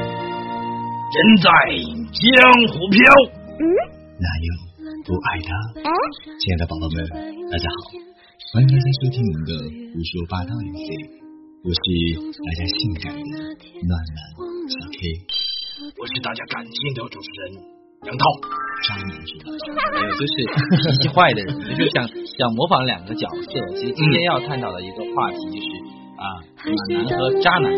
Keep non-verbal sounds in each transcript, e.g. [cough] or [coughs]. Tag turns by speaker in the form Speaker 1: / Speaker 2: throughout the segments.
Speaker 1: 人在江湖飘。
Speaker 2: 男友不爱他。亲爱的宝宝们，大家好，欢
Speaker 3: 欢迎
Speaker 2: 迎
Speaker 3: 大
Speaker 2: 大
Speaker 3: 家
Speaker 2: 家
Speaker 3: 收
Speaker 2: 收
Speaker 3: 听
Speaker 2: 听
Speaker 3: 我
Speaker 2: 我们
Speaker 3: 们的
Speaker 2: 的《
Speaker 3: 《胡
Speaker 2: 胡
Speaker 3: 说
Speaker 2: 说
Speaker 3: 八
Speaker 2: 八
Speaker 3: 道
Speaker 2: 道
Speaker 3: MC
Speaker 2: MC》，》，
Speaker 3: 我
Speaker 2: 我
Speaker 3: 是
Speaker 2: 是大
Speaker 3: 大
Speaker 2: 家性
Speaker 3: 家性感
Speaker 2: 感
Speaker 3: 的
Speaker 2: 的暖
Speaker 3: 暖男
Speaker 2: 男
Speaker 3: 小
Speaker 2: 小
Speaker 3: K
Speaker 2: K
Speaker 1: 我是大家感性的主持人杨涛。
Speaker 2: 渣男主播。
Speaker 4: 没有，就是脾气坏的人，就是想想模仿两个角色。其实今天要探讨的一个话题就是啊，暖男和渣男。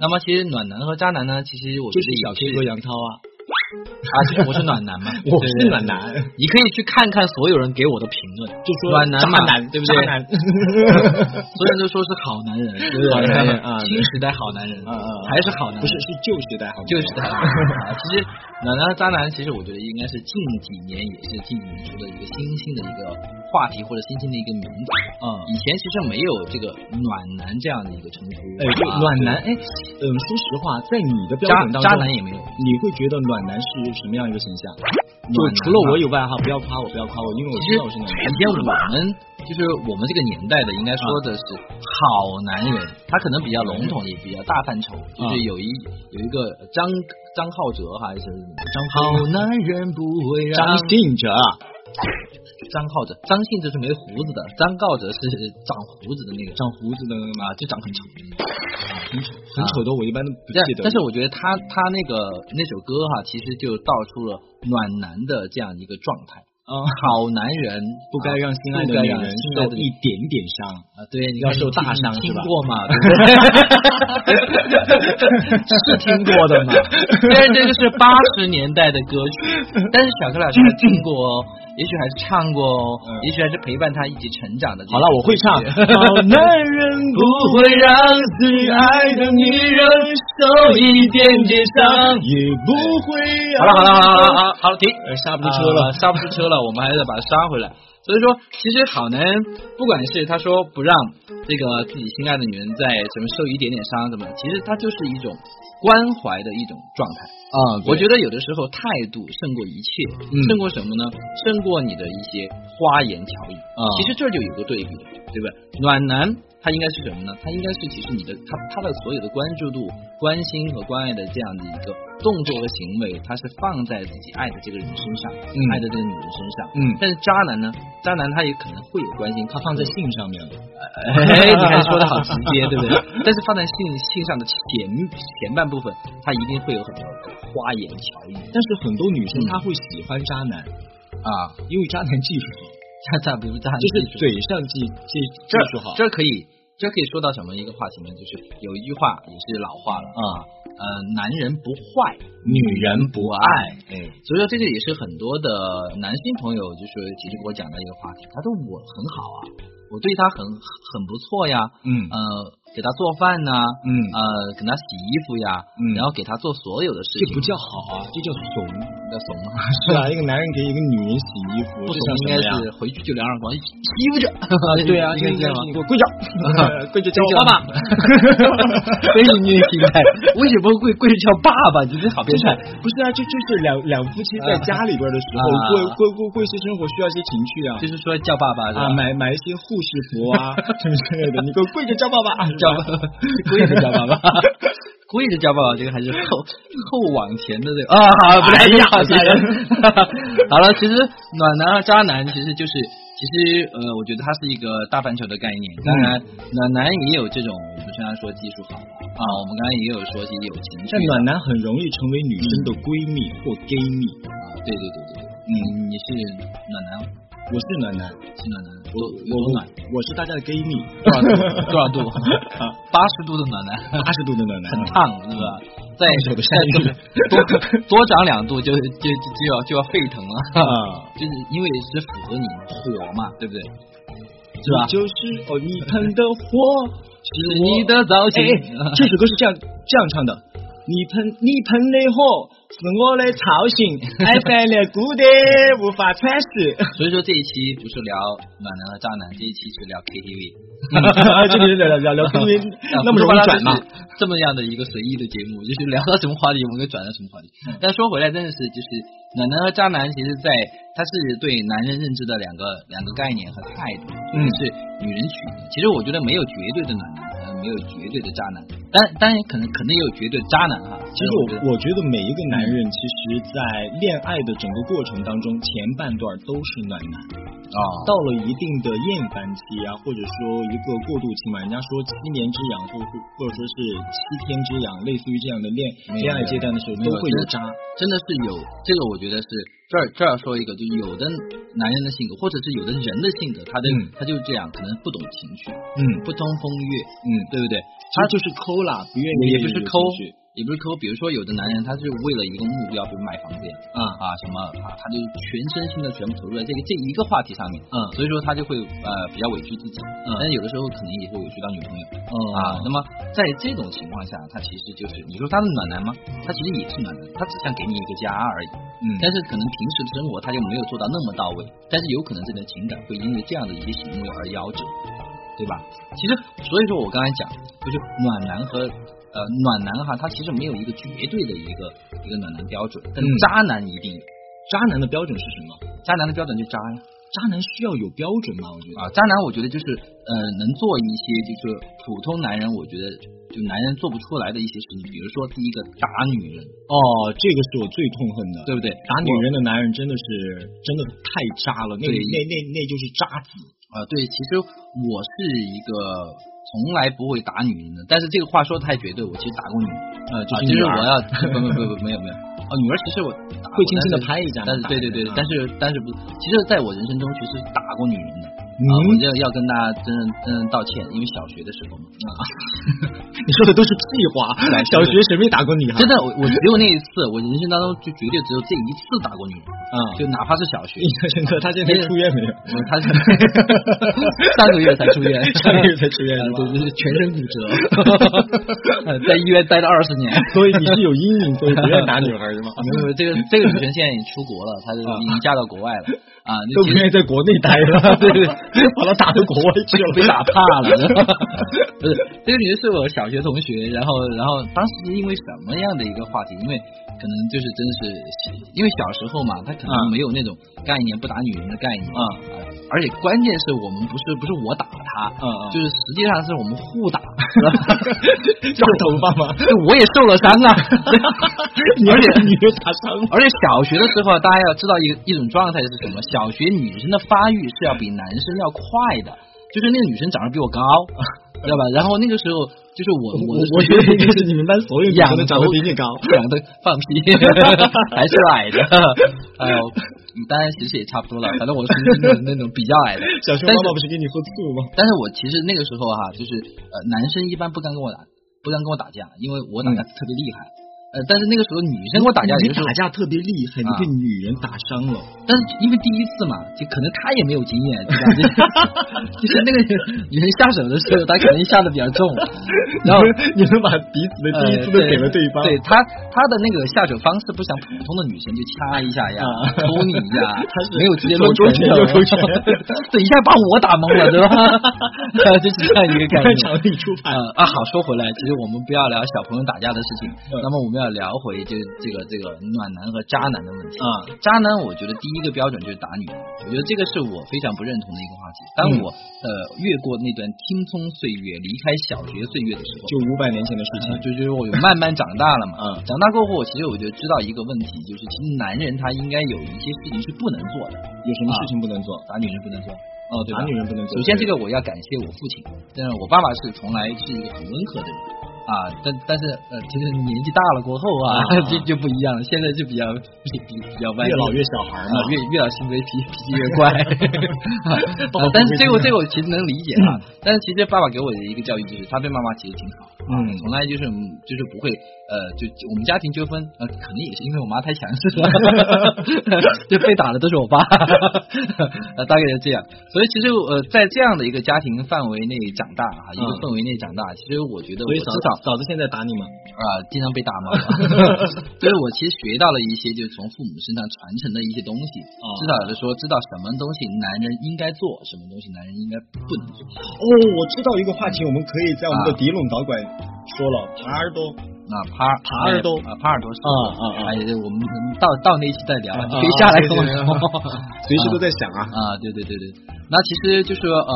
Speaker 4: 那么其实暖男和渣男呢，其实我觉得也
Speaker 5: 小 K 和杨涛啊，
Speaker 4: 啊，就是我是暖男嘛，
Speaker 5: [laughs] 我是
Speaker 4: 对对
Speaker 5: 暖男，
Speaker 4: 你可以去看看所有人给我的评论，
Speaker 5: 就说
Speaker 4: 暖男嘛
Speaker 5: 渣男对不对？
Speaker 4: [laughs] 渣男，所有人都说是好男人，好男人
Speaker 5: 啊对
Speaker 4: 新时代好男人，
Speaker 5: 啊啊
Speaker 4: 还是好男人，
Speaker 5: 不是是旧时代好吗，
Speaker 4: 就是
Speaker 5: [laughs]
Speaker 4: 他。啊其实暖男和渣男，其实我觉得应该是近几年也是进入的一个新兴的一个话题或者新兴的一个名词。嗯，以前其实没有这个暖男这样的一个称呼。
Speaker 5: 哎，就
Speaker 4: 啊
Speaker 5: 暖男，哎，嗯，说实话，在你的标
Speaker 4: 渣
Speaker 5: 准当中，
Speaker 4: 渣男也没有。
Speaker 5: 你会觉得暖男是什么样一个形象？就
Speaker 4: 暖男啊
Speaker 5: 除了
Speaker 4: 嘛
Speaker 5: 我以外哈，不要夸我，不要夸我，因为我
Speaker 4: 其
Speaker 5: 知
Speaker 4: 实
Speaker 5: 道我是暖男。
Speaker 4: 以前我们就是我们这个年代的，应该说的是好男人，他可能比较笼统，也比较大范畴，
Speaker 5: 嗯
Speaker 4: 就是有一有一个张张浩哲还是张好男人不会让
Speaker 5: 张信啊哲，
Speaker 4: 张浩哲，张信哲是没胡子的，张浩哲是长胡子的那个，
Speaker 5: 长胡子的那个嘛
Speaker 4: 啊，，就长很长。
Speaker 5: 很丑，很丑的，我一般都不
Speaker 4: 但
Speaker 5: 记得。
Speaker 4: 啊但是我觉得他他那个那首歌哈，其实就道出了暖男的这样一个状态。
Speaker 5: 啊，
Speaker 4: 好男人
Speaker 5: 不该让心爱
Speaker 4: 不
Speaker 5: 的
Speaker 4: 该
Speaker 5: 女
Speaker 4: 让
Speaker 5: 人
Speaker 4: 心爱
Speaker 5: 受
Speaker 4: 的
Speaker 5: 一点点伤。
Speaker 4: 啊，对，你
Speaker 5: 要
Speaker 4: 看
Speaker 5: 受
Speaker 4: 你听
Speaker 5: 大伤
Speaker 4: 你
Speaker 5: 是吧
Speaker 4: 听过
Speaker 5: [laughs]
Speaker 4: 吗？对不对是听过的
Speaker 5: [laughs]
Speaker 4: 嘛？但是这就是八十年代的歌曲，但是小柯老师还听过哦，也许还是唱过哦，
Speaker 5: 嗯
Speaker 4: 也许还是陪伴他一起成长的这些歌曲。
Speaker 5: 好了，我会唱。
Speaker 4: [laughs]
Speaker 5: 好男人不会让心爱的女人受一点点伤，也不会
Speaker 4: 好
Speaker 5: 让
Speaker 4: 了好了好了好了好了，停，
Speaker 5: 呃刹不住车了
Speaker 4: 啊刹不住车了，我们还得把它刹回来。所以说，其实好男人，不管是他说不让这个自己心爱的女人在什么受一点点伤，怎么，其实他就是一种关怀的一种状态。
Speaker 5: 啊！
Speaker 4: 我觉得有的时候态度胜过一切，
Speaker 5: 嗯
Speaker 4: 胜过什么呢？胜过你的一些花言巧语。
Speaker 5: 啊
Speaker 4: 其实这就有个对比，对不对？暖男他应该是什么呢？他应该是其实你的他他的所有的关注度、关心和关爱的这样的一个动作和行为，他是放在自己爱的这个人身上，
Speaker 5: 嗯
Speaker 4: 爱的这个女人身上。
Speaker 5: 嗯
Speaker 4: 但是渣男呢？渣男他也可能会有关心，他
Speaker 5: 放在性上面了，
Speaker 4: 哎，你看说的好直接，对不对？
Speaker 5: [laughs]
Speaker 4: 但是放在性性上的前前半部分，他一定会有很多花言巧语
Speaker 5: 但是很多女生
Speaker 4: 嗯
Speaker 5: 她会喜欢渣男，
Speaker 4: 啊， [laughs]
Speaker 5: 因为渣男技术好，
Speaker 4: 他他比如他
Speaker 5: [laughs] 就是嘴上技技技
Speaker 4: 这
Speaker 5: 术好。
Speaker 4: 这可以这可以说到什么一个话题呢？就是有一句话也是老话了啊，呃，男人不坏，
Speaker 5: 女人不爱，哎，
Speaker 4: 所以说这个也是很多的男性朋友就是其实给我讲的一个话题，他说我很好啊，我对他很很不错呀，
Speaker 5: 嗯
Speaker 4: 呃，给他做饭呐、
Speaker 5: 嗯，
Speaker 4: 呃，给他洗衣服呀，
Speaker 5: 嗯
Speaker 4: 然后给他做所有的事
Speaker 5: 这
Speaker 4: 情，
Speaker 5: 不叫好啊，这叫怂，
Speaker 4: 叫怂吗？
Speaker 5: [laughs] 是吧？一个男人给一个女人洗衣服，
Speaker 4: 不
Speaker 5: 这
Speaker 4: 怂
Speaker 5: 叫什
Speaker 4: 应
Speaker 5: 么
Speaker 4: 该
Speaker 5: 呀
Speaker 4: 是回去就两耳光， [laughs] 衣服着。
Speaker 5: 对啊，
Speaker 4: [laughs] 应该这样吗？
Speaker 5: 你给我跪着，跪着叫
Speaker 4: 叫
Speaker 5: 我 [laughs]
Speaker 4: 爸
Speaker 5: 爸爸。，
Speaker 4: 爸 [laughs] 所以你也平台为什么会跪着叫爸爸？你这好
Speaker 5: 就
Speaker 4: 变
Speaker 5: 是
Speaker 4: 态！
Speaker 5: 不是啊？就就是两两夫妻在家里边的时
Speaker 4: 啊
Speaker 5: 候，过过过过一些生活需要一些情趣啊，
Speaker 4: 就是说叫爸爸是吧
Speaker 5: 啊，？买买一些护士服
Speaker 4: [laughs]
Speaker 5: 啊什么之类的。你给我跪着叫爸爸，
Speaker 4: 叫 [laughs]
Speaker 5: 是吧
Speaker 4: 跪着叫爸爸， [laughs] 跪着叫爸爸，这个还是后后往前的这个啊，好，不太一
Speaker 5: 哎
Speaker 4: 样，吓人。 [laughs] 好了，其实暖男和啊渣男其实就是，其实呃，我觉得它是一个大范畴的概
Speaker 5: 嗯
Speaker 4: 念。当然，暖男也有这种，我们虽然说技术好啊，我们刚才也有说是有情趣
Speaker 5: 但暖男很容易成为女生的闺蜜或 gay 蜜，
Speaker 4: 啊，对对对对，嗯，你是暖男，
Speaker 5: 我是暖男，
Speaker 4: 是暖男，
Speaker 5: 我我
Speaker 4: 多暖，
Speaker 5: 我是大家的闺蜜，
Speaker 4: 多少度？
Speaker 5: [laughs]
Speaker 4: 多少度？八十度的暖男，
Speaker 5: 八十度的暖
Speaker 4: [laughs]
Speaker 5: 男，
Speaker 4: 很烫，是吧？再
Speaker 5: 手的
Speaker 4: 再
Speaker 5: 善意
Speaker 4: 多多 [laughs] 长两度就就就就要就要沸腾了，
Speaker 5: 啊，
Speaker 4: 就是因为是符合你们火嘛，对不对？
Speaker 5: 是吧？就是哦，你喷的火
Speaker 4: 是你的造型
Speaker 5: 哎，，这首歌是这样这样唱的：你喷你喷的火是我的操心，爱犯了孤的无法喘息。
Speaker 4: [laughs] 所以说这一期不是聊暖男和渣男，这一期是聊 KTV。
Speaker 5: 这里聊聊聊聊 KTV
Speaker 4: 啊
Speaker 5: 那么容易转吗？
Speaker 4: 不？是吧就是这么样的一个随意的节目， [laughs] 就是聊到什么话题我们就转到什么话题。
Speaker 5: 嗯
Speaker 4: 但说回来，真的是就是暖男和渣男，其实在它是对男人认知的两个两个概念和态度，
Speaker 5: 嗯
Speaker 4: 是女人取的。其实我觉得没有绝对的暖男，呃没有绝对的渣男，当然当然可能肯定也有绝对渣男哈。
Speaker 5: 其实
Speaker 4: 但是觉得
Speaker 5: 我我觉得每一个男人，其实，在恋爱的整个过程当中，前半段都是暖男，
Speaker 4: 啊，
Speaker 5: 到了一定的厌烦期啊，或者说一个过渡期嘛，人家说七年之痒，或或者说是七天之痒，类似于这样的恋
Speaker 4: 没有
Speaker 5: 恋爱阶段的时候，
Speaker 4: 没
Speaker 5: 都
Speaker 4: 有
Speaker 5: 会有渣。
Speaker 4: 真的是有这个，我觉得是这儿这儿说一个，就是有的男人的性格，或者是有的人的性格，他的、
Speaker 5: 嗯
Speaker 4: 他就是这样，可能不懂情趣，
Speaker 5: 嗯
Speaker 4: 不通风月，
Speaker 5: 嗯，
Speaker 4: 对不对？
Speaker 5: 他就是抠啦，不愿意
Speaker 4: 也不是抠
Speaker 5: 有情绪，
Speaker 4: 也不是抠，比如说有的男人他是为了一个目标，比如买房子呀，
Speaker 5: 啊
Speaker 4: 啊什么啊，他就全身心的全部投入在这个这一个话题上面，
Speaker 5: 嗯
Speaker 4: 所以说他就会呃比较委屈自己，但是有的时候可能也会委屈到女朋友
Speaker 5: 嗯
Speaker 4: 啊。那么在这种情况下，他其实就是你说他是暖男吗？他其实也是暖男，他只想给你一个家而已，
Speaker 5: 嗯
Speaker 4: 但是可能平时的生活他就没有做到那么到位，但是有可能这段情感会因为这样的一些行为而夭折，对吧？其实，所以说我刚才讲，就是暖男和呃暖男哈，他其实没有一个绝对的一个一个暖男标准，但
Speaker 5: 嗯
Speaker 4: 渣男一定有，
Speaker 5: 渣男的标准是什么？
Speaker 4: 渣男的标准就渣呀
Speaker 5: 渣男需要有标准吗？我觉得，
Speaker 4: 啊，渣男我觉得就是呃能做一些就是普通男人我觉得就男人做不出来的一些事情，比如说第一个打女人，
Speaker 5: 哦，这个是我最痛恨的，
Speaker 4: 对不对？
Speaker 5: 打女人的男人真的是真的太渣了，那
Speaker 4: 对
Speaker 5: 那那那就是渣子。
Speaker 4: 啊，对，其实我是一个从来不会打女人的，但是这个话说的太绝对，我其实打过女人，
Speaker 5: 呃，就
Speaker 4: 啊
Speaker 5: 是女
Speaker 4: 其实
Speaker 5: 儿
Speaker 4: 我要 [laughs] 不不不不没有没有，啊，女儿其实我打
Speaker 5: 会
Speaker 4: 过
Speaker 5: 轻轻的
Speaker 4: 但
Speaker 5: 拍
Speaker 4: 是
Speaker 5: 一下嘛，
Speaker 4: 但是
Speaker 5: 打
Speaker 4: 对对对，
Speaker 5: 啊
Speaker 4: 但是但是不，其实在我人生中其实打过女人的，啊，
Speaker 5: 嗯，
Speaker 4: 我这要跟大家真正真正道歉，因为小学的时候嘛，啊，
Speaker 5: 你说的都是屁话。小学谁没打过啊女孩？
Speaker 4: 真的我我只有那一次，我人生当中就绝对只有这一次打过女人，
Speaker 5: 啊！
Speaker 4: 就哪怕是小
Speaker 5: [laughs]
Speaker 4: 学，
Speaker 5: 印象深刻，他现在出院没有？
Speaker 4: 我他是 [laughs] 上个月才出院，
Speaker 5: [laughs] 上个月才出院
Speaker 4: 呃
Speaker 5: 是吧
Speaker 4: 对，就是全身骨折， [laughs] 呃在医院待了二十年。
Speaker 5: 所以你是有阴影，所以不愿打女孩是
Speaker 4: [laughs]
Speaker 5: 吗？
Speaker 4: 没有没有，这个这个女生现在已经出国了，她就
Speaker 5: 啊
Speaker 4: 已经嫁到国外了啊，
Speaker 5: 都
Speaker 4: 那
Speaker 5: 不
Speaker 4: 其实
Speaker 5: 愿意在国内待了，
Speaker 4: [laughs]
Speaker 5: 对对，跑到打到国外去了，
Speaker 4: 被打怕了。 [laughs] 然后不是，这个女生是我小学同学，然后然后当时因为什么样的一个话题？因为可能就是真是因为小时候嘛，她可能
Speaker 5: 啊
Speaker 4: 没有那种概念不打女人的概念
Speaker 5: 啊，
Speaker 4: 而且关键是我们不是不是我打她，
Speaker 5: 嗯嗯，
Speaker 4: 就是实际上是我们互
Speaker 5: [laughs]
Speaker 4: 打，是吧
Speaker 5: 抓头发吗？
Speaker 4: 就 [laughs] 我也受了伤
Speaker 5: [laughs]
Speaker 4: 啊， [laughs]
Speaker 5: 你
Speaker 4: 而且
Speaker 5: 你又打伤了，
Speaker 4: 而且小学的时候，啊大家要知道一个一种状态是什么？小学女生的发育是要比男生要快的，就是那个女生长得比我高，知道吧？然后那个时候就是我
Speaker 5: 我
Speaker 4: 的
Speaker 5: 我觉得应该是你们班所有女生都长得比你高。
Speaker 4: [laughs] 长得放屁，还是矮的， [laughs] 哎呦，当然其实也差不多了，反正我是那种那种比较矮的，
Speaker 5: 小时候妈妈不是给你喝醋吗？
Speaker 4: 但是我其实那个时候哈、就是呃，男生一般不敢跟我打，不敢跟我打架，因为我打架特别厉害。呃，但是那个时候女生跟我打架，
Speaker 5: 嗯你
Speaker 4: 有时候
Speaker 5: 打，架特别厉害，你
Speaker 4: 啊
Speaker 5: 被女人打伤了。
Speaker 4: 但是因为第一次嘛，就可能她也没有经
Speaker 5: [laughs]
Speaker 4: 验，对吧？就就是那个女生下手的时候，她可能下的
Speaker 5: [laughs]
Speaker 4: 比较重，然后。呃
Speaker 5: 你们把彼此的第一次都给了对方，
Speaker 4: 对她她的那个下手方式不像普通的女生就掐一下呀
Speaker 5: 啊，
Speaker 4: 抽你一
Speaker 5: [laughs]
Speaker 4: 下，
Speaker 5: 她是
Speaker 4: 没有直接
Speaker 5: 左
Speaker 4: 抡
Speaker 5: 勾拳
Speaker 4: 头
Speaker 5: 右勾拳
Speaker 4: [laughs] 对，一下把我打懵了，对吧？ [laughs] 就是这样一个概
Speaker 5: 在
Speaker 4: 念。
Speaker 5: 场里出牌
Speaker 4: 呃。啊，好，说回来，其实我们不要聊小朋友打架的事情，
Speaker 5: 嗯
Speaker 4: 那么我们要聊回就这个这个暖男和渣男的问题。
Speaker 5: 啊，
Speaker 4: 渣男，我觉得第一个标准就是打女人，我觉得这个是我非常不认同的一个话题。当我、呃越过那段青葱岁月，离开小学岁月的时候，
Speaker 5: 就五百年前的事情
Speaker 4: 呃。就就是我有慢慢长大了嘛，
Speaker 5: 嗯
Speaker 4: 长大过后，我其实我就知道一个问题，就是其实男人他应该有一些事情是不能做的，
Speaker 5: 有什么事情不能做？
Speaker 4: 打女人不能做，哦，对吧
Speaker 5: 打女人不能做。
Speaker 4: 首先，这个我要感谢我父亲，但是我爸爸是从来是一个很温和的人啊，但但是呃，其实年纪大了过后啊， [laughs] 就就不一样了，现在就比较比比比较歪，
Speaker 5: 越老越小孩
Speaker 4: 啊
Speaker 5: 嘛，，
Speaker 4: 越越老行为脾脾气越
Speaker 5: [laughs]
Speaker 4: 怪。啊但是这个这个我其实能理解啊，但是其实爸爸给我的一个教育就是，他对妈妈其实挺好，啊
Speaker 5: 嗯
Speaker 4: 从来就是就是不会呃，就就我们家庭纠纷呃，可能也是因为我妈太强势了， [laughs] 就被打的都是我爸，呃，大概是这样。所以其实呃，在这样的一个家庭范围内长大啊，一个
Speaker 5: 嗯
Speaker 4: 氛围内长大，其实我觉得我
Speaker 5: 所以
Speaker 4: 至
Speaker 5: 嫂
Speaker 4: 少
Speaker 5: 嫂子现在打你吗？
Speaker 4: 啊，经常被打嘛， [laughs] 所以我其实学到了一些就是从父母身上传承的一些东西，
Speaker 5: 哦
Speaker 4: 知道了说知道什么东西男人应该做，什么东西男人应该不能做
Speaker 5: 哦，我知道一个话题，我们可以在我们的
Speaker 4: 啊
Speaker 5: 迪龙导拐说了，耙耳朵
Speaker 4: 啊，耙耳
Speaker 5: 耙耳朵
Speaker 4: 啊，耙耳朵是
Speaker 5: 啊啊啊
Speaker 4: 哎，对我们我们到到那一期再聊，
Speaker 5: 啊
Speaker 4: 你可以下来
Speaker 5: [laughs]
Speaker 4: 跟我
Speaker 5: 啊
Speaker 4: 说。
Speaker 5: 随时都在想啊，
Speaker 4: 啊，对对对对，那其实就是说呃，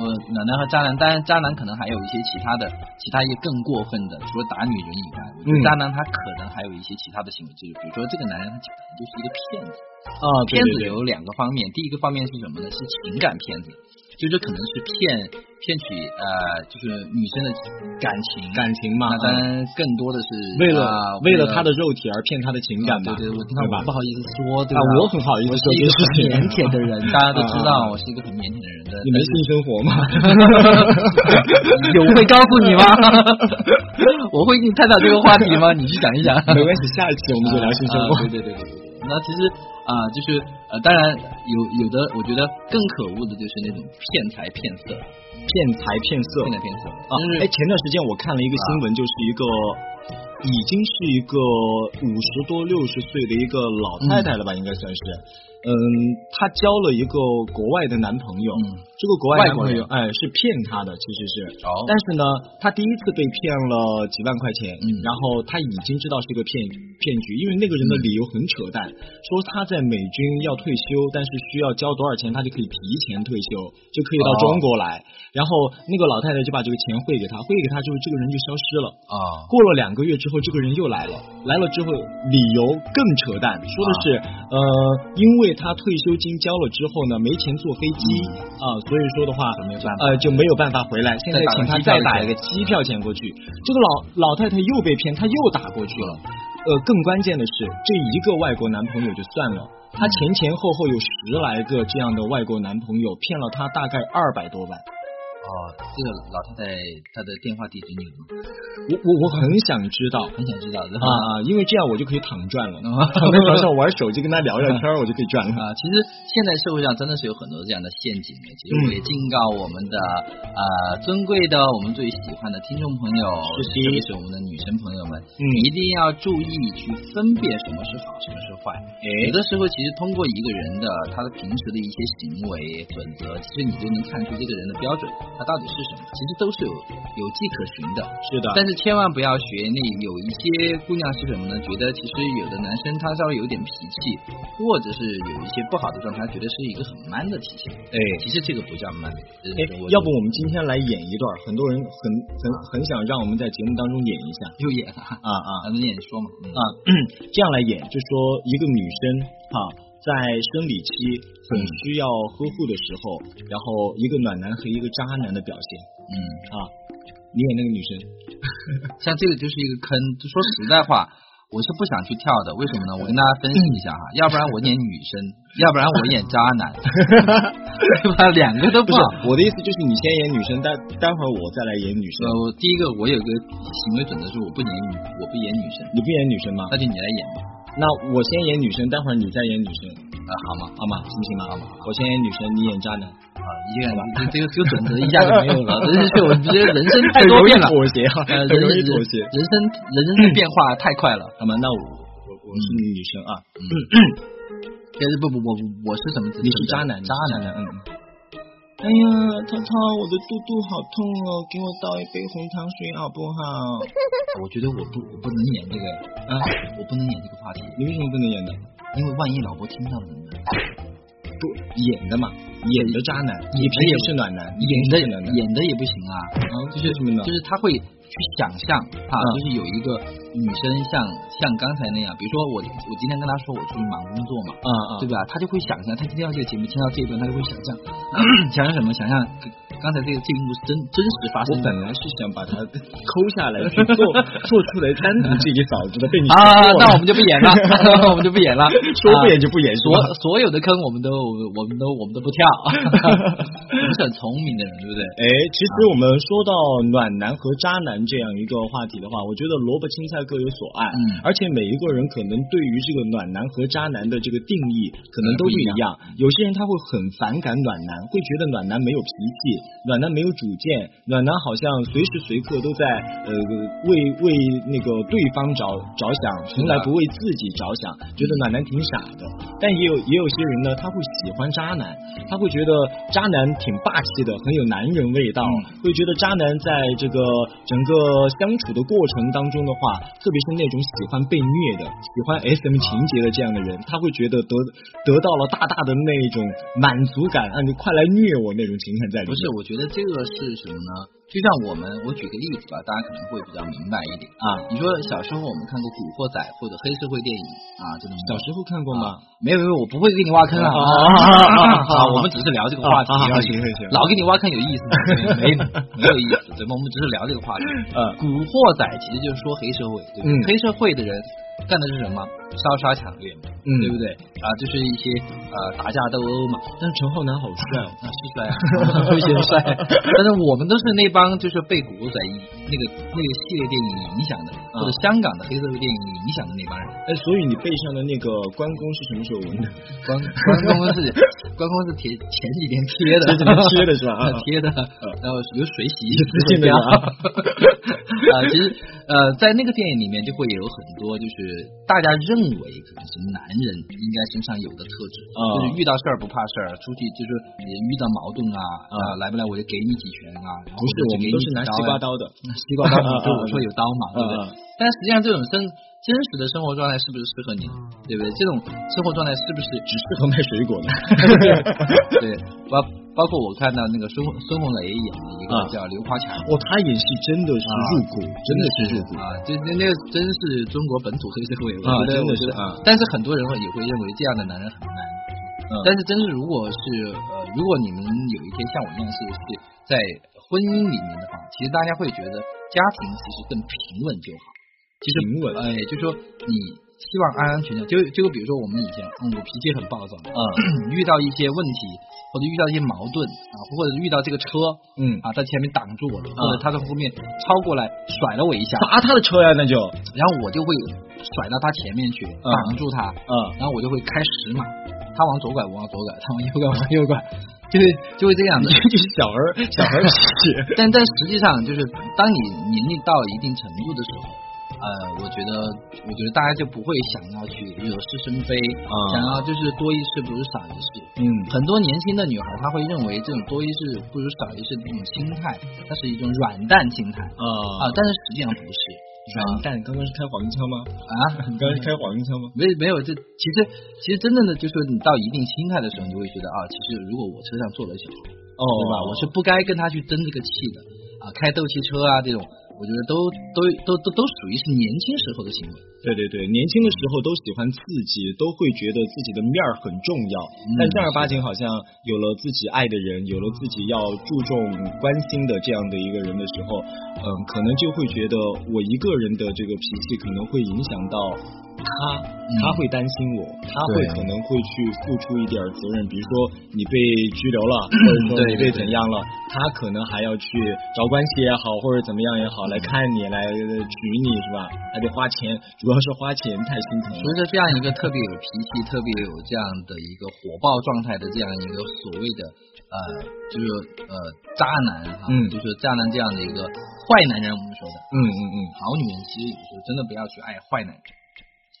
Speaker 4: 我暖男和渣男，当然渣男可能还有一些其他的，其他一些更过分的，除了打女人以外，我觉得
Speaker 5: 嗯
Speaker 4: 渣男他可能还有一些其他的行为，就是比如说这个男人他可能就是一个骗子。
Speaker 5: 啊，对
Speaker 4: 骗
Speaker 5: 对
Speaker 4: 子
Speaker 5: 对
Speaker 4: 有两个方面，第一个方面是什么呢？是情感骗子，就是可能是骗骗取呃，就是女生的感情。
Speaker 5: 感情嘛
Speaker 4: 那，当然，更多的是
Speaker 5: 呃为了、
Speaker 4: 啊
Speaker 5: 为了他的肉体而骗他的情感吧，
Speaker 4: 啊对对，
Speaker 5: 对
Speaker 4: 我听到我
Speaker 5: 吧
Speaker 4: 不？好意思说， [laughs] 对
Speaker 5: 啊我
Speaker 4: 吧？，
Speaker 5: 很好意思
Speaker 4: 我是
Speaker 5: 说
Speaker 4: 一
Speaker 5: 这
Speaker 4: 个
Speaker 5: 事
Speaker 4: 很
Speaker 5: 情，
Speaker 4: 腼腆的人，大家都知
Speaker 5: 啊啊
Speaker 4: 道
Speaker 5: 啊
Speaker 4: 我是一个很腆腆的人的。
Speaker 5: [laughs] 你没性生活
Speaker 4: [laughs]
Speaker 5: 吗？
Speaker 4: 有会告诉你吗？ [laughs] 我会给你探讨这个话题吗？你去想一想。
Speaker 5: [laughs] 没关系，下一期我们就聊性生活
Speaker 4: 啊。对对对对对。那其实啊、就是呃，当然有有的，我觉得更可恶的就是那种骗财骗色、
Speaker 5: 骗财骗色
Speaker 4: 骗财骗色
Speaker 5: 啊！哎，前段时间我看了一个新闻，就是一个
Speaker 4: 啊
Speaker 5: 已经是一个五十多六十岁的一个老太太了吧，应该算是。嗯，她交了一个国外的男朋友，
Speaker 4: 嗯
Speaker 5: 这个国外男朋友
Speaker 4: 外
Speaker 5: 哎是骗她的，其实是。
Speaker 4: 哦
Speaker 5: 但是呢，她第一次被骗了几万块钱，
Speaker 4: 嗯
Speaker 5: 然后她已经知道是一个骗骗局，因为那个人的理由很扯淡，说她在美军要退休，但是需要交多少钱，她就可以提前退休，就可以到
Speaker 4: 哦
Speaker 5: 中国来。然后那个老太太就把这个钱汇给他，汇给他之后，这个人就消失了。
Speaker 4: 啊
Speaker 5: 过了两个月之后，这个人又来了，来了之后理由更扯淡，说的是、
Speaker 4: 啊
Speaker 5: 呃，因为他退休金交了之后呢，没钱坐飞机
Speaker 4: 嗯
Speaker 5: 啊、所以说的话
Speaker 4: 没有办法
Speaker 5: 呃就没有办法回来，现在
Speaker 4: 再打个
Speaker 5: 请他
Speaker 4: 机票
Speaker 5: 再
Speaker 4: 的
Speaker 5: 打
Speaker 4: 钱
Speaker 5: 一个机票钱过去。这个老老太太又被骗，她又打过去了。呃，更关键的是，这一个外国男朋友就算了。她
Speaker 4: 嗯
Speaker 5: 前前后后有十来个这样的外国男朋友，骗了她大概二百多万。
Speaker 4: 哦，这个老太太她的电话地址你有吗？
Speaker 5: 我我我很想知道
Speaker 4: 很想知道的
Speaker 5: 啊
Speaker 4: [laughs]
Speaker 5: 啊，因为这样我就可以躺赚了，
Speaker 4: 嗯
Speaker 5: 躺在床上玩手机跟他聊聊天儿，我就可以赚了。
Speaker 4: 啊，其实现在社会上真的是有很多这样的陷阱的。
Speaker 5: 嗯
Speaker 4: 其实我也警告我们的呃尊贵的我们最喜欢的听众朋友，
Speaker 5: 是的
Speaker 4: 特别是我们的女生朋友们，
Speaker 5: 嗯
Speaker 4: 你一定要注意去分辨什么是好，什么是坏。
Speaker 5: 哎
Speaker 4: 有的时候，其实通过一个人的他的平时的一些行为准则，其实你就能看出这个人的标准，他到底是什么。其实都是有有迹可循的。
Speaker 5: 是的，
Speaker 4: 但是千万不要学那有一些姑娘是什么呢？觉得其实有的男生他稍微有点脾气，或者是有一些不好的状态，觉得是一个很 man 的体现。
Speaker 5: 哎
Speaker 4: 其实这个不叫 man，这
Speaker 5: 哎
Speaker 4: 是我，
Speaker 5: 要不我们今天来演一段儿，很多人很很很想让我们在节目当中演一下
Speaker 4: [laughs] 又演了，
Speaker 5: 啊啊，
Speaker 4: 咱们演说嘛，嗯
Speaker 5: 啊， [clears throat] 这样来演，就说一个女生啊，在生理期很需要呵护的时候，然后一个暖男和一个渣男的表现
Speaker 4: 嗯，
Speaker 5: 啊，你演那个女生，
Speaker 4: 像这个就是一个坑。就说实在话，我是不想去跳的，为什么呢？我跟大家分析一下哈，要不然我演女生，要不然我演渣男， [laughs] 对吧？两个都
Speaker 5: 不 [laughs]
Speaker 4: 不好。
Speaker 5: 是我的意思就是你先演女生，待待会儿我再来演女生，
Speaker 4: 呃，我第一个我有个行为准则是我不演女，我不演女生，
Speaker 5: 你不演女生吗？
Speaker 4: 那就你来演吧，
Speaker 5: 呃那我先演女生，待会儿你再演女生，
Speaker 4: 啊，好吗？
Speaker 5: 呃好吗？行不行吗？我先演女生，你演渣男，
Speaker 4: 啊，一个人这这个这个准则一下就没有了，真是我觉得人生太
Speaker 5: 很
Speaker 4: 多
Speaker 5: 容易
Speaker 4: 变
Speaker 5: [laughs]
Speaker 4: 了，
Speaker 5: 妥协啊，
Speaker 4: 呃，
Speaker 5: 很
Speaker 4: 人
Speaker 5: 容易
Speaker 4: 人
Speaker 5: 妥协。
Speaker 4: 人生人生的变化太快了。
Speaker 5: 好吗？那我我我是女生啊，
Speaker 4: 但是不不我我是什么？
Speaker 5: 你是渣男，
Speaker 4: 渣男。
Speaker 5: 男，嗯。哎呀，涛涛，我的肚肚好痛哦，给我倒一杯红糖水好不好？
Speaker 4: 我觉得我不我不能演这个，
Speaker 5: 啊，
Speaker 4: 我不能演这个话题，
Speaker 5: 你为什么不能演呢？
Speaker 4: 因为万一老婆听到了怎么办？
Speaker 5: 不演的嘛，演的渣男，你
Speaker 4: 演
Speaker 5: 平
Speaker 4: 的也
Speaker 5: 时是暖男，
Speaker 4: 演
Speaker 5: 你
Speaker 4: 的
Speaker 5: 平时是暖男，
Speaker 4: 演的也不行啊，
Speaker 5: 啊就是什么呢
Speaker 4: 就？是他会去想象啊，就是有一个女生像像刚才那样，比如说我我今天跟她说我出去忙工作嘛，
Speaker 5: 啊啊， [coughs]
Speaker 4: 对吧？他就会想象，他听到这个节目，听到这一段，他就会想象，想象什么？想象刚才这个这一幕是真真实发
Speaker 5: 我
Speaker 4: 生的
Speaker 5: 本来是想
Speaker 4: [laughs]
Speaker 5: 把它抠下来去做做出来单独这一稿子的，被你
Speaker 4: 啊
Speaker 5: 戳破了，
Speaker 4: 那我们就
Speaker 5: [laughs]
Speaker 4: 不演了，我们就不演了，
Speaker 5: 嗯说不
Speaker 4: 啊
Speaker 5: 演就不演，是吧
Speaker 4: 所所有的坑我们都我们都我们都
Speaker 5: [laughs]
Speaker 4: 不跳，我们是很聪明的人，对不对？
Speaker 5: 哎，其实我们说到暖男和渣男这样一个话题的话，我觉得萝卜青菜各有所爱，
Speaker 4: 嗯
Speaker 5: 而且每一个人可能对于这个暖男和渣男的这个定义可能都不一样。有些人他会很反感暖男，会觉得暖男没有脾气，暖男没有主见，暖男好像随时随刻都在呃为为那个对方着着想，从来不为自己着想，觉得暖男挺傻的。但也有也有些人呢，他会喜欢渣男，他会觉得渣男挺霸气的，很有男人味道，会觉得渣男在这个整个相处的过程当中的话，特别是那种喜欢被虐的、喜欢 SM 情节的这样的人，他会觉得得得到了大大的那种满足感，啊，你快来虐我那种情感在里面。
Speaker 4: 不是，我觉得这个是什么呢？就像我们，我举个例子吧，大家可能会比较明白一点啊。你说小时候我们看过《古惑仔》或者黑社会电影啊，这种
Speaker 5: 小时候看过吗？
Speaker 4: 没有没有，我不会给你挖坑啊！
Speaker 5: 哦
Speaker 4: 啊，我们只是聊这个话题
Speaker 5: 啊啊啊
Speaker 4: 而
Speaker 5: 行
Speaker 4: 已
Speaker 5: 行行，
Speaker 4: 老给你挖坑有意思吗？没没有意思，对吗？我们只是聊这个话题。
Speaker 5: 嗯
Speaker 4: 古惑仔其实就是说黑社会，对不
Speaker 5: 嗯
Speaker 4: 对？黑社会的人干的是什么？烧杀抢掠嘛，
Speaker 5: 嗯
Speaker 4: 对不对？啊，就是一些呃打架斗殴嘛。
Speaker 5: 但是陈浩南好帅哦。
Speaker 4: 啊，是帅
Speaker 5: [laughs]
Speaker 4: 啊，会显帅。但是我们都是那帮就是被《古惑仔》那个那个系列电影影响的，
Speaker 5: 嗯
Speaker 4: 或者香港的黑社会电影影响的那帮人。
Speaker 5: 哎，所以你背上的那个关公是什么时候纹的？
Speaker 4: 关关公
Speaker 5: [laughs]
Speaker 4: 是关公是贴前几天贴的，
Speaker 5: 前几天贴的是吧 [laughs] 啊啊
Speaker 4: 贴的，然后有
Speaker 5: [laughs]
Speaker 4: 水洗
Speaker 5: 有自信的啊
Speaker 4: [laughs] 啊，其实呃，在那个电影里面就会有很多就是大家认为可能是男人应该身上有的特质，
Speaker 5: 啊
Speaker 4: 就是遇到事儿不怕事儿，出去就是也遇到矛盾啊，啊来不来我就给你几拳啊，然后
Speaker 5: 嗯不是，我们
Speaker 4: 就给你
Speaker 5: 都是拿
Speaker 4: 几
Speaker 5: 西
Speaker 4: 刀
Speaker 5: 瓜
Speaker 4: 啊
Speaker 5: 刀的。
Speaker 4: 西
Speaker 5: [laughs]
Speaker 4: 瓜刀，就我说有刀嘛，
Speaker 5: 嗯
Speaker 4: 对不对
Speaker 5: 嗯？
Speaker 4: 但实际上这种生真实的生活状态是不是适合你，
Speaker 5: 嗯
Speaker 4: 对不对？这种生活状态是不是只适
Speaker 5: 适合卖水果的。 [laughs]
Speaker 4: 对？包包括我看到那个孙红孙红雷演的一个
Speaker 5: 啊
Speaker 4: 叫刘华强。
Speaker 5: 哦，他演戏真的是入骨，真的是入骨。
Speaker 4: 啊，就那那个真是中国本土黑社会，我
Speaker 5: 啊
Speaker 4: 觉得
Speaker 5: 真的
Speaker 4: 我
Speaker 5: 是
Speaker 4: 觉得
Speaker 5: 啊
Speaker 4: 但是很多人会也会认为这样的男人很 man，
Speaker 5: 嗯
Speaker 4: 但是真是如果是呃，如果你们有一天像我一样是是在婚姻里面的话，其实大家会觉得家庭其实更平稳就好，其实
Speaker 5: 平稳
Speaker 4: 哎，就说你希望安安全全，就就比如说我们以前，嗯，我脾气很暴躁，
Speaker 5: 啊，
Speaker 4: [clears throat] 遇到一些问题或者遇到一些矛盾啊，或者遇到这个车，
Speaker 5: 嗯
Speaker 4: 啊，在前面挡住我了，或者他从后面超过来甩了我
Speaker 5: [laughs]
Speaker 4: 一下，
Speaker 5: 砸他的车呀，那就
Speaker 4: 然后我就会甩到他前面去，挡住他，
Speaker 5: 啊，
Speaker 4: 然后我就会开十码，他往左拐，我往左拐，他往右拐，我往右拐，就是就会这样的。
Speaker 5: 就是小儿小
Speaker 4: [laughs]
Speaker 5: 儿 [laughs] 气。
Speaker 4: 但但实际上就是，当你年龄到一定程度的时候，呃，我觉得我觉得大家就不会想要去惹是生非，
Speaker 5: 啊
Speaker 4: 想要就是多一事不如少一事。
Speaker 5: 嗯，
Speaker 4: 很多年轻的女孩，她会认为这种多一事不如少一事的这种心态，它是一种软蛋心态啊
Speaker 5: 啊，，
Speaker 4: 但是实际上不是
Speaker 5: 软蛋，刚刚是开黄腔吗？
Speaker 4: 啊。
Speaker 5: 你刚刚是开黄腔吗？
Speaker 4: 没没有，这其实其实真正的就是你到一定心态的时候，你会觉得啊，其实如果我车上坐了小孩，
Speaker 5: 哦，
Speaker 4: 对吧？我是不该跟他去争这个气的啊，开斗气车啊这种，我觉得都都都都都属于是年轻时候的行为。
Speaker 5: 对对对，年轻的时候都喜欢刺激，都会觉得自己的面儿很重要。
Speaker 4: 嗯
Speaker 5: 但正儿八经好像有了自己爱的人，有了自己要注重关心的这样的一个人的时候，嗯，可能就会觉得我一个人的这个脾气可能会影响到他，他会担心我，他会可
Speaker 4: 嗯对
Speaker 5: 能会去付出一点儿责任，比如说你被拘
Speaker 4: [clears throat]
Speaker 5: 留了，或者说
Speaker 4: 对
Speaker 5: 你被
Speaker 4: 对对
Speaker 5: 怎样了，他可能还要去找关系也好，或者怎么样也好来看你，来呃娶你是吧？还得花钱，主要是花钱太心疼了
Speaker 4: 所以。说，这样一个特别有脾气、特别有这样的一个火爆状态的这样一个所谓的呃，就是呃渣男哈、
Speaker 5: 嗯
Speaker 4: 就是渣男这样的一个坏男人，我们说的
Speaker 5: 嗯嗯嗯，
Speaker 4: 好女人，其实有时候真的不要去爱坏男人。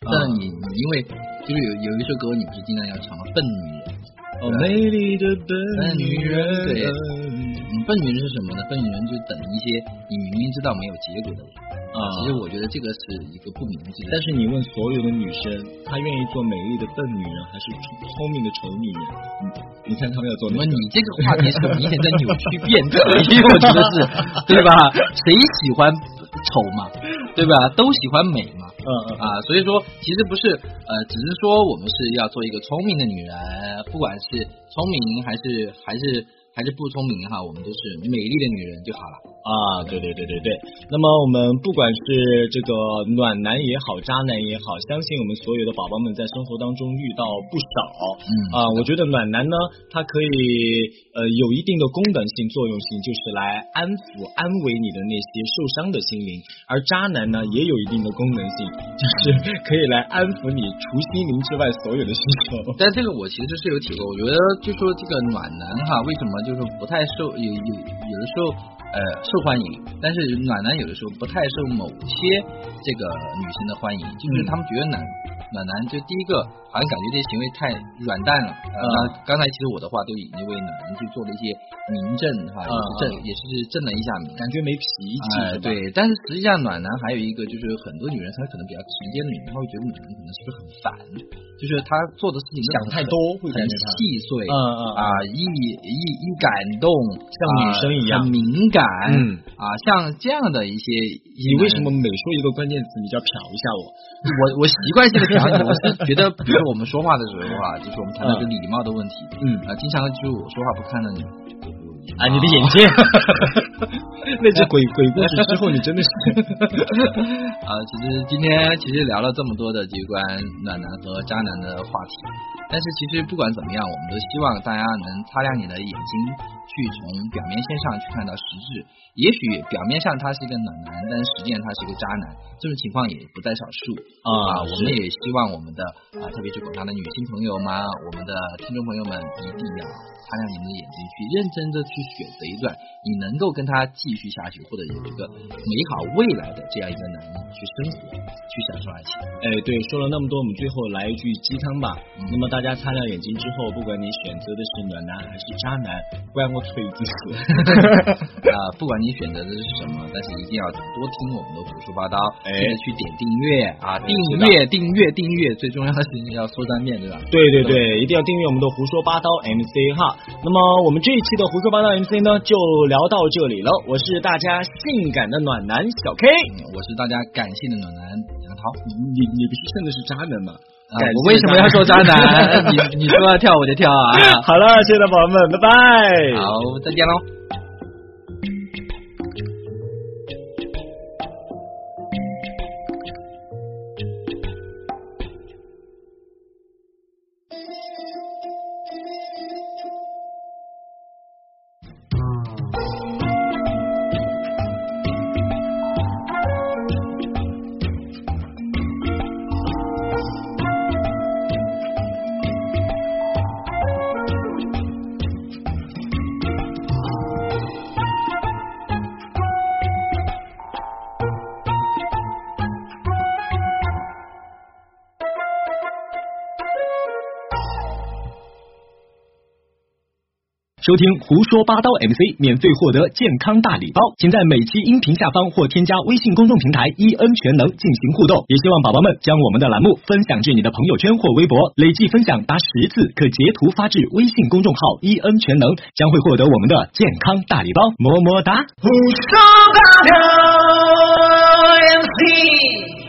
Speaker 4: 但是你你因为就是有有一首歌，你不是经常要唱吗？笨女人，
Speaker 5: 哦，美丽的笨
Speaker 4: 笨
Speaker 5: 女
Speaker 4: 女
Speaker 5: 人，
Speaker 4: 人对嗯，笨女人是什么呢？笨女人就等一些你明明知道没有结果的人
Speaker 5: 啊。
Speaker 4: 其实我觉得这个是一个不明智
Speaker 5: 但
Speaker 4: 的。
Speaker 5: 是你问所有的女生，她愿意做美丽的笨女人，还是聪明的丑女人？你你看她们要做
Speaker 4: 什
Speaker 5: 哪个
Speaker 4: 么？你？这个话题是明显在扭曲 [laughs] 辩证，我觉得是对吧？谁喜欢丑嘛，对吧？都喜欢美嘛。
Speaker 5: 嗯嗯
Speaker 4: 啊，所以说其实不是呃，只是说我们是要做一个聪明的女人，不管是聪明还是还是还是不聪明哈，我们都是美丽的女人就好了。
Speaker 5: 啊，对对对对对。那么我们不管是这个暖男也好，渣男也好，相信我们所有的宝宝们在生活当中遇到不少。
Speaker 4: 嗯
Speaker 5: 啊，我觉得暖男呢，它可以呃有一定的功能性、作用性，就是来安抚、安慰你的那些受伤的心灵；而渣男呢，也有一定的功能性，就是 [laughs] 可以来安抚你除心灵之外所有的需求。 [laughs]
Speaker 4: 但这个我其实是有体会，我觉得就说这个暖男哈，为什么就是不太受有有有的时候呃受欢迎，但是暖男有的时候不太受某些这个女生的欢迎，就是他们觉得暖、暖男就第一个好像感觉这行为太软蛋了。呃，那刚才其实我的话都已经为暖男去做了一些明证哈，也是证、也是证了一下名。
Speaker 5: 感觉没脾气，
Speaker 4: 哎
Speaker 5: 是吧，
Speaker 4: 对，但是实际上暖男还有一个就是很多女人她可能比较直接的女人，她会觉得暖男可能是不是很烦，就是她做的事情
Speaker 5: 想太多会感
Speaker 4: 很
Speaker 5: 觉他，
Speaker 4: 细碎
Speaker 5: 嗯嗯
Speaker 4: 啊，易易易感动，像
Speaker 5: 女生一样
Speaker 4: 很敏感
Speaker 5: 嗯
Speaker 4: 啊，像这样的一些一些
Speaker 5: 你为
Speaker 4: 男
Speaker 5: 什
Speaker 4: 人
Speaker 5: 么每说一个关键词，你就要瞟一下我？
Speaker 4: 我我习惯性的想你，我是觉得，比如说我们说话的时候啊，就是我们谈到这个礼貌的问题，
Speaker 5: 嗯
Speaker 4: 啊，经常就是我说话不看到你，
Speaker 5: 啊，你的眼睛， [laughs] 那只鬼鬼故事之后，你真的是
Speaker 4: [laughs] 啊，其实今天其实聊了这么多的有关暖男和渣男的话题，但是其实不管怎么样，我们都希望大家能擦亮你的眼睛，去从表面现上去看到实质。也许表面上他是一个暖男，但实际上他是一个渣男，这种情况也不在少数
Speaker 5: [laughs] 啊 [laughs]
Speaker 4: 啊。我们也希望我们的啊，特别是广大的女性朋友们，我们的听众朋友们，一定要擦亮你们的眼睛，去认真的去选择一段你能够跟他继续下去，或者有一个美好未来的这样一个男人去生活，去享受爱
Speaker 5: [laughs]
Speaker 4: 情。
Speaker 5: 哎，对，说了那么多，我们最后来一句鸡汤吧。
Speaker 4: 嗯
Speaker 5: 那么大家擦亮眼睛之后，不管你选择的是暖男还是渣男，关我腿子事。
Speaker 4: 啊、不管你选择的是什么，但是一定要多听我们的胡说八道，
Speaker 5: 哎
Speaker 4: 记得去点订阅啊，订
Speaker 5: 是的
Speaker 4: 阅订阅订阅，最重要的是要说三遍，对吧？
Speaker 5: [laughs] 对对对，一定要订阅我们的胡说八道 MC 哈。那么我们这一期的胡说八道 MC 呢，就聊到这里了。我是大家性感的暖男小 K。
Speaker 4: 嗯，我是大家感谢的暖男杨涛。
Speaker 5: 你你你不是真的是渣男吗？
Speaker 4: 啊
Speaker 5: 感谢
Speaker 4: 我为什么要说渣男？
Speaker 5: [laughs]
Speaker 4: 你你说要跳我就跳啊！
Speaker 5: 好了，亲爱的宝宝们，拜拜。
Speaker 4: 好，再见喽。
Speaker 5: 收听《胡说八道》MC，免费获得健康大礼包，请在每期音频下方或添加微信公众平台 “EN 全能”进行互动。也希望宝宝们将我们的栏目分享至你的朋友圈或微博，累计分享达十次，可截图发至微信公众号 “EN 全能”，将会获得我们的健康大礼包，么么哒。
Speaker 6: 胡说八道 MC。